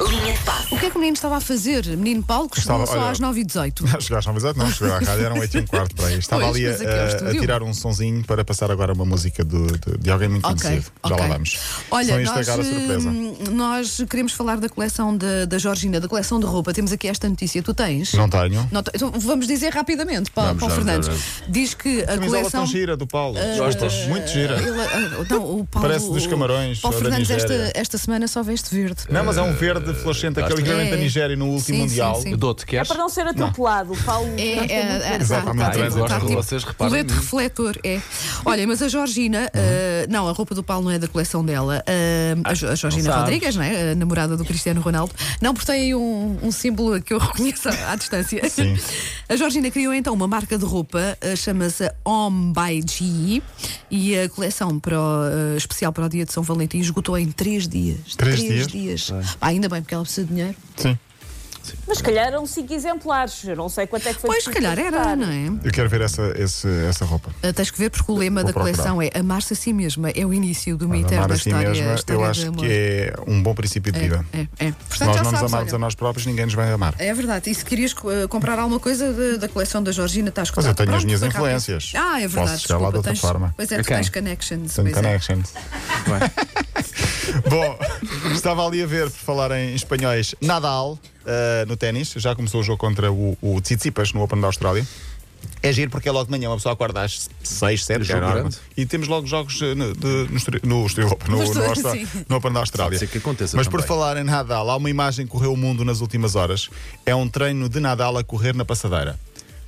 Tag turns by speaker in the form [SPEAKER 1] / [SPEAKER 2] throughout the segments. [SPEAKER 1] Linha de passe.
[SPEAKER 2] O que é que o menino estava a fazer? Menino Paulo, que
[SPEAKER 3] Estava-
[SPEAKER 2] chegou só
[SPEAKER 3] olha-
[SPEAKER 2] às 9h18.
[SPEAKER 3] Não, chegou às 9 h não, chegou à rádio, eram 8 e um quarto para aí. Estava
[SPEAKER 2] Pois,
[SPEAKER 3] ali a,
[SPEAKER 2] mas aqui é o
[SPEAKER 3] a- a
[SPEAKER 2] estúdio.
[SPEAKER 3] tirar um sonzinho para passar agora uma música do- de, de alguém muito
[SPEAKER 2] Ok,
[SPEAKER 3] conhecido. Já
[SPEAKER 2] ok.
[SPEAKER 3] lá vamos. Só
[SPEAKER 2] Olha,
[SPEAKER 3] isto
[SPEAKER 2] nós,
[SPEAKER 3] estragar a surpresa.
[SPEAKER 2] hum, nós queremos falar da coleção da, da Georgina, da coleção de roupa. Temos aqui esta notícia. Tu tens?
[SPEAKER 3] Não tenho.
[SPEAKER 2] Não te- então vamos dizer rapidamente para,
[SPEAKER 4] Vamos,
[SPEAKER 2] para o
[SPEAKER 4] vamos,
[SPEAKER 2] Fernandes.
[SPEAKER 4] vamos.
[SPEAKER 2] Diz que a
[SPEAKER 3] Camisola
[SPEAKER 2] coleção. Eh,
[SPEAKER 3] tão gira do Paulo.
[SPEAKER 4] Gostas?
[SPEAKER 3] Muito gira.
[SPEAKER 2] Ele- ah, não, o Paulo,
[SPEAKER 3] Parece dos Camarões
[SPEAKER 2] o Paulo
[SPEAKER 3] ou da
[SPEAKER 2] Fernandes, esta,
[SPEAKER 3] Nigéria.
[SPEAKER 2] esta semana só veste verde.
[SPEAKER 3] Não, mas é um verde fluorescente, aquele
[SPEAKER 4] gosto.
[SPEAKER 3] equivalente
[SPEAKER 2] É.
[SPEAKER 3] da Nigéria no último
[SPEAKER 2] Sim,
[SPEAKER 3] Mundial.
[SPEAKER 2] sim, sim.
[SPEAKER 4] Eu dou-te, queres?
[SPEAKER 5] Para não ser atropelado, o Paulo.
[SPEAKER 2] É,
[SPEAKER 5] portanto,
[SPEAKER 2] é,
[SPEAKER 5] muito
[SPEAKER 2] é,
[SPEAKER 5] bem.
[SPEAKER 3] Exatamente,
[SPEAKER 2] tá, tá,
[SPEAKER 3] mas
[SPEAKER 2] tá,
[SPEAKER 3] gosto
[SPEAKER 2] tá,
[SPEAKER 3] de
[SPEAKER 2] tipo,
[SPEAKER 4] vocês reparem
[SPEAKER 2] colete
[SPEAKER 4] nisso.
[SPEAKER 2] refletor, é. Olha, mas a Georgina, eh, não, a roupa do Paulo não é da coleção dela. eh, a, Jo- a Georgina
[SPEAKER 5] sabes.
[SPEAKER 2] Rodrigues, não é? A namorada do Cristiano Ronaldo. Não, porque tem aí um, um símbolo que eu reconheço à distância.
[SPEAKER 3] Sim.
[SPEAKER 2] A Georgina criou então uma marca de roupa, eh, chama-se Home by G, e a coleção para o, eh, especial para o dia de São Valentim esgotou em três dias.
[SPEAKER 3] Três dias?
[SPEAKER 2] Pá, ainda bem, porque ela precisa de dinheiro.
[SPEAKER 3] Sim.
[SPEAKER 5] Mas se calhar eram 5 exemplares. Eu não sei quanto é que foi.
[SPEAKER 2] Pois, se calhar era, não é?
[SPEAKER 3] Eu quero ver essa, esse- essa roupa.
[SPEAKER 2] Uh, Tens que ver porque o lema
[SPEAKER 3] Vou
[SPEAKER 2] da coleção é amar-se a si mesma. É o início de uma eterna
[SPEAKER 3] Amar a si
[SPEAKER 2] história,
[SPEAKER 3] mesma,
[SPEAKER 2] história
[SPEAKER 3] eu
[SPEAKER 2] de
[SPEAKER 3] acho
[SPEAKER 2] amor.
[SPEAKER 3] que é um bom princípio de vida.
[SPEAKER 2] É, é.
[SPEAKER 3] Se
[SPEAKER 2] Portanto,
[SPEAKER 3] nós
[SPEAKER 2] já
[SPEAKER 3] não nos
[SPEAKER 2] sabes,
[SPEAKER 3] amarmos
[SPEAKER 2] olha,
[SPEAKER 3] a nós próprios, ninguém nos vai amar.
[SPEAKER 2] É verdade. E se querias eh, comprar alguma coisa de- da coleção da Georgina, estás com
[SPEAKER 3] Mas eu tenho as minhas
[SPEAKER 2] acaba.
[SPEAKER 3] influências.
[SPEAKER 2] Ah, é
[SPEAKER 3] Posso
[SPEAKER 2] verdade.
[SPEAKER 3] chegar lá de
[SPEAKER 2] desculpa,
[SPEAKER 3] outra
[SPEAKER 2] tens-
[SPEAKER 3] forma.
[SPEAKER 2] Pois é, tu
[SPEAKER 4] Ok.
[SPEAKER 2] tens connections.
[SPEAKER 3] Tem
[SPEAKER 2] pois é.
[SPEAKER 3] connections. Bom, estava ali a ver, por falar em espanhóis, Nadal eh, no ténis. Já começou o jogo contra o, o Tsitsipas no Open da Austrália. É giro porque é logo de manhã, uma pessoa acorda às 6, 7
[SPEAKER 4] Jogo grande.
[SPEAKER 3] e temos logo jogos eh, no, de- no, Estoril- no, Estoril Open, no,
[SPEAKER 2] No
[SPEAKER 3] no,
[SPEAKER 2] Estoril,
[SPEAKER 3] Austra-
[SPEAKER 2] sim.
[SPEAKER 3] no Open da Austrália.
[SPEAKER 4] Pode ser que aconteça
[SPEAKER 3] Mas por
[SPEAKER 4] também.
[SPEAKER 3] falar em Nadal, há uma imagem que correu o mundo nas últimas horas. É um treino de Nadal a correr na passadeira.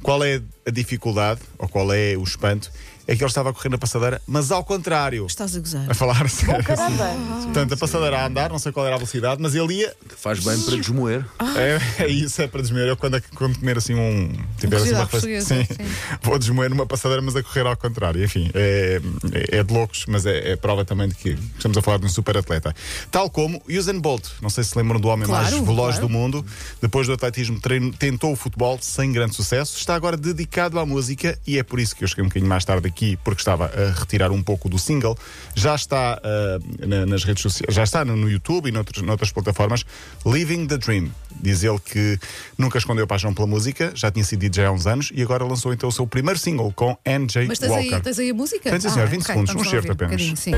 [SPEAKER 3] Qual é a dificuldade, ou qual é o espanto? É que ele estava a correr na passadeira, mas ao contrário.
[SPEAKER 2] Estás a gozar.
[SPEAKER 3] A falar sério.
[SPEAKER 5] Caramba!
[SPEAKER 3] Portanto, a passadeira a andar, não sei qual era a velocidade, mas ele ia.
[SPEAKER 4] Faz bem para desmoer.
[SPEAKER 2] Ah.
[SPEAKER 3] É, é isso, é para desmoer. Eu quando, quando comer assim um. Tiver assim
[SPEAKER 2] cozido à
[SPEAKER 3] uma coisa-
[SPEAKER 2] portuguesa,
[SPEAKER 3] Sim,
[SPEAKER 2] sim.
[SPEAKER 3] Vou desmoer numa passadeira, mas a correr ao contrário. Enfim, é, é de loucos, mas é, é prova também de que estamos a falar de um super atleta. Tal como Usain Bolt, não sei se lembram do homem
[SPEAKER 2] Claro,
[SPEAKER 3] mais veloz
[SPEAKER 2] claro.
[SPEAKER 3] do mundo. Depois do atletismo, treino- tentou o futebol sem grande sucesso. Está agora dedicado à música e é por isso que eu cheguei um bocadinho mais tarde aqui, porque estava a retirar um pouco do single. Já está ah, na- nas redes sociais, já está no, no YouTube e noutros, noutras plataformas. Living the Dream. Diz ele que nunca escondeu a paixão pela música, já tinha sido DJ há uns anos e agora lançou então o seu primeiro single com NJ
[SPEAKER 2] Mas tens
[SPEAKER 3] Walker.
[SPEAKER 2] aí, tens aí a música? Ah,
[SPEAKER 3] Tem, sim, senhora, 20
[SPEAKER 2] ok,
[SPEAKER 3] segundos,
[SPEAKER 2] vamos
[SPEAKER 3] um
[SPEAKER 2] lá
[SPEAKER 3] certo
[SPEAKER 2] ouvir
[SPEAKER 3] apenas.
[SPEAKER 2] bocadinho, Sim.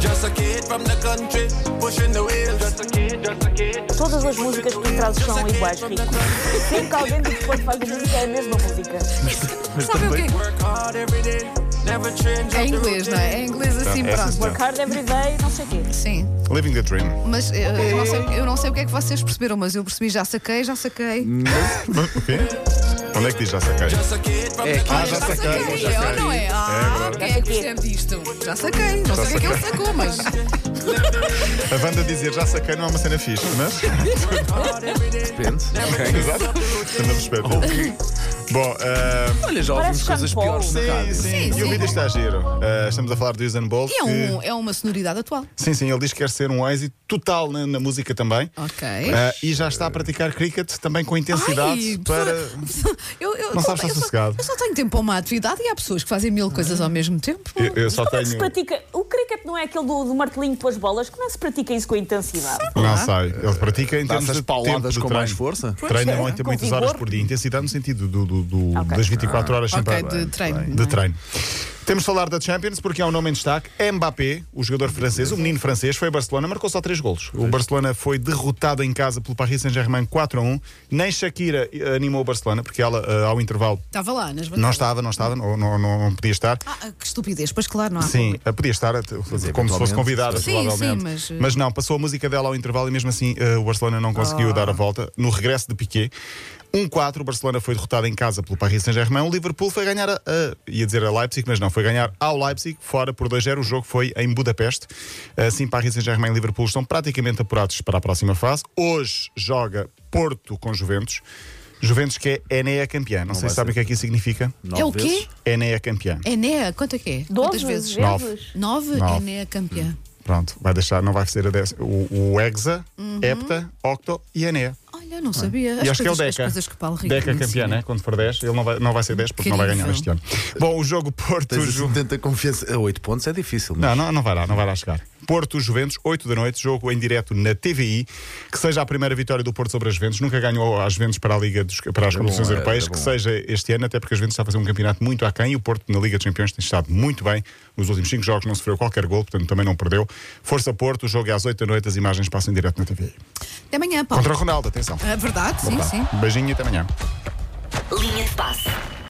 [SPEAKER 6] Just a kid from the country, pushing the wheel. Just a kid, just a kid.
[SPEAKER 5] Todas as músicas que tu trazes são iguais, Rico. Sempre que alguém diz que quando faz a música é a mesma música.
[SPEAKER 2] Sabe o quê?
[SPEAKER 6] Work hard every day, never change.
[SPEAKER 2] um É
[SPEAKER 6] up
[SPEAKER 2] em
[SPEAKER 6] the
[SPEAKER 2] inglês, não é? É em inglês assim,
[SPEAKER 3] É, sim,
[SPEAKER 2] pronto.
[SPEAKER 3] senhora.
[SPEAKER 5] Work hard every day, não sei o quê.
[SPEAKER 2] Sim.
[SPEAKER 3] Living the Dream.
[SPEAKER 2] Mas eh, eu, não sei, eu não sei o que é que vocês perceberam, mas eu percebi, já saquei, já saquei.
[SPEAKER 3] O quê? Onde é que diz já saquei?
[SPEAKER 6] Just a kid from
[SPEAKER 4] É,
[SPEAKER 6] the
[SPEAKER 4] claro.
[SPEAKER 6] country.
[SPEAKER 2] já
[SPEAKER 3] Ah, já saquei,
[SPEAKER 2] saquei,
[SPEAKER 3] já saquei.
[SPEAKER 2] ou não é? Ah, quem é que percebe disto? Já saquei, não sei o que é que ele sacou, mas.
[SPEAKER 3] A banda dizer já saquei não é uma cena fixe, mas.
[SPEAKER 4] Depende. Ok.
[SPEAKER 3] Exato. Na perspectiva. Bom, ah,
[SPEAKER 4] Olha, já ouvimos
[SPEAKER 5] Parece
[SPEAKER 4] coisas
[SPEAKER 5] Sean Paul.
[SPEAKER 4] piores na
[SPEAKER 3] sim,
[SPEAKER 4] rádio.
[SPEAKER 3] sim.
[SPEAKER 2] Sim,
[SPEAKER 3] E o
[SPEAKER 2] sim.
[SPEAKER 3] vídeo está giro. Ah, estamos a falar do Usain Bolt.
[SPEAKER 2] E é,
[SPEAKER 3] que-
[SPEAKER 2] um, é uma sonoridade atual.
[SPEAKER 3] Sim, sim, ele diz que quer ser um êxito total na, na música também.
[SPEAKER 2] Ok.
[SPEAKER 3] Ah, e já está a praticar cricket também com intensidade
[SPEAKER 2] Ai,
[SPEAKER 3] para.
[SPEAKER 2] pessoa- eu, eu,
[SPEAKER 3] Não
[SPEAKER 2] só,
[SPEAKER 3] sabes estar
[SPEAKER 2] eu só-
[SPEAKER 3] sossegado.
[SPEAKER 2] eu só tenho tempo para uma atividade e há pessoas que fazem mil coisas ao mesmo tempo.
[SPEAKER 3] Eu, eu só
[SPEAKER 5] Como é que se
[SPEAKER 3] tenho.
[SPEAKER 5] pratica? O cricket não é aquele do, do martelinho com as bolas? Como é que se pratica isso com intensidade?
[SPEAKER 3] Não sei. Ele pratica em termos
[SPEAKER 4] Dá-se
[SPEAKER 3] de
[SPEAKER 4] as
[SPEAKER 3] tempo
[SPEAKER 4] pauladas
[SPEAKER 3] de
[SPEAKER 4] com
[SPEAKER 3] treino.
[SPEAKER 4] mais força.
[SPEAKER 3] Treina
[SPEAKER 5] é,
[SPEAKER 3] muito,
[SPEAKER 5] com
[SPEAKER 3] muitas horas
[SPEAKER 5] vigor.
[SPEAKER 3] por dia. Intensidade no sentido do, do- do-
[SPEAKER 5] Ok.
[SPEAKER 3] das 24 horas sempre
[SPEAKER 2] ok,
[SPEAKER 3] a-
[SPEAKER 2] de treino. não
[SPEAKER 3] de
[SPEAKER 2] é?
[SPEAKER 3] treino. Temos de falar da Champions porque há um nome em destaque. Mbappé, o jogador francês, o menino francês, foi a Barcelona, marcou só três golos. O Barcelona foi derrotado em casa pelo Paris Saint-Germain 4 a 1. Nem Shakira eh, animou o Barcelona porque ela, eh, ao intervalo,
[SPEAKER 2] Estava lá nas
[SPEAKER 3] não
[SPEAKER 2] bancadas.
[SPEAKER 3] estava, não estava, não, não, não podia estar.
[SPEAKER 2] Ah, que estupidez, Ah, pois claro, não há.
[SPEAKER 3] tá- Sim, eh, podia estar eh, como se fosse
[SPEAKER 4] eventualmente.
[SPEAKER 3] convidada,
[SPEAKER 2] Sim,
[SPEAKER 3] provavelmente.
[SPEAKER 2] sim, mas, eh,
[SPEAKER 3] não, passou a música dela ao intervalo e mesmo assim eh, o Barcelona não conseguiu
[SPEAKER 2] Ah.
[SPEAKER 3] dar a volta no regresso de Piquet. 1-4, o Barcelona foi derrotado em casa pelo Paris Saint-Germain. O Liverpool foi ganhar, a, a- ia dizer a Leipzig, mas não, foi ganhar ao Leipzig, fora por 2-0. O jogo foi em Budapeste. Assim, Paris Saint-Germain e Liverpool estão praticamente apurados para a próxima fase. Hoje joga Porto com Juventus. Juventus que é NEA campeã. Não, sei
[SPEAKER 4] vai
[SPEAKER 3] se sabem o
[SPEAKER 4] ser.
[SPEAKER 3] que é que isso significa.
[SPEAKER 4] Nove
[SPEAKER 2] É o quê?
[SPEAKER 4] vezes.
[SPEAKER 3] NEA campeã.
[SPEAKER 2] Enéa, quanto é que é? Quantas
[SPEAKER 5] 12
[SPEAKER 2] vezes?
[SPEAKER 5] vezes?
[SPEAKER 3] Nove.
[SPEAKER 2] Nove,
[SPEAKER 3] Nove. Hum.
[SPEAKER 2] Enéa campeã.
[SPEAKER 3] Pronto, vai deixar, não vai ser a décima. O, o Hexa, Hepta, Octo e Enea.
[SPEAKER 2] Olha, Olha, não sabia.
[SPEAKER 3] E
[SPEAKER 2] Uhum. As
[SPEAKER 3] acho que é o
[SPEAKER 2] coisas- as
[SPEAKER 3] Deca.
[SPEAKER 2] coisas que o Paulo Rico
[SPEAKER 3] Deca
[SPEAKER 2] me
[SPEAKER 3] campeão,
[SPEAKER 2] ensina.
[SPEAKER 3] né? Quando for 10, ele não vai, não vai ser 10 porque não vai ganhar este
[SPEAKER 2] Incrível.
[SPEAKER 3] ano. Bom, o jogo Porto.
[SPEAKER 4] Tens
[SPEAKER 3] Ju-
[SPEAKER 4] assim tanta confiança. A 8 pontos é difícil.
[SPEAKER 3] Não, não, não vai lá, não vai lá chegar. Porto Juventus, 8 da noite, jogo em direto na TVI, que seja a primeira vitória do Porto sobre as Juventus, nunca ganhou as Juventus para a Liga dos, para as
[SPEAKER 4] Era
[SPEAKER 3] competições
[SPEAKER 4] Tá bom, era
[SPEAKER 3] europeias,
[SPEAKER 4] bom.
[SPEAKER 3] que seja este ano, até porque as Juventus está a fazer um campeonato muito aquém e o Porto na Liga dos Campeões tem estado muito bem. Nos últimos 5 jogos não sofreu qualquer gol, portanto também não perdeu. Força Porto, o jogo é às 8 da noite, as imagens passam em direto na TVI.
[SPEAKER 2] Até amanhã, Paulo.
[SPEAKER 3] Contra o Ronaldo, atenção.
[SPEAKER 2] É verdade, sim, sim.
[SPEAKER 3] Beijinho e até amanhã.
[SPEAKER 1] Linha de passe.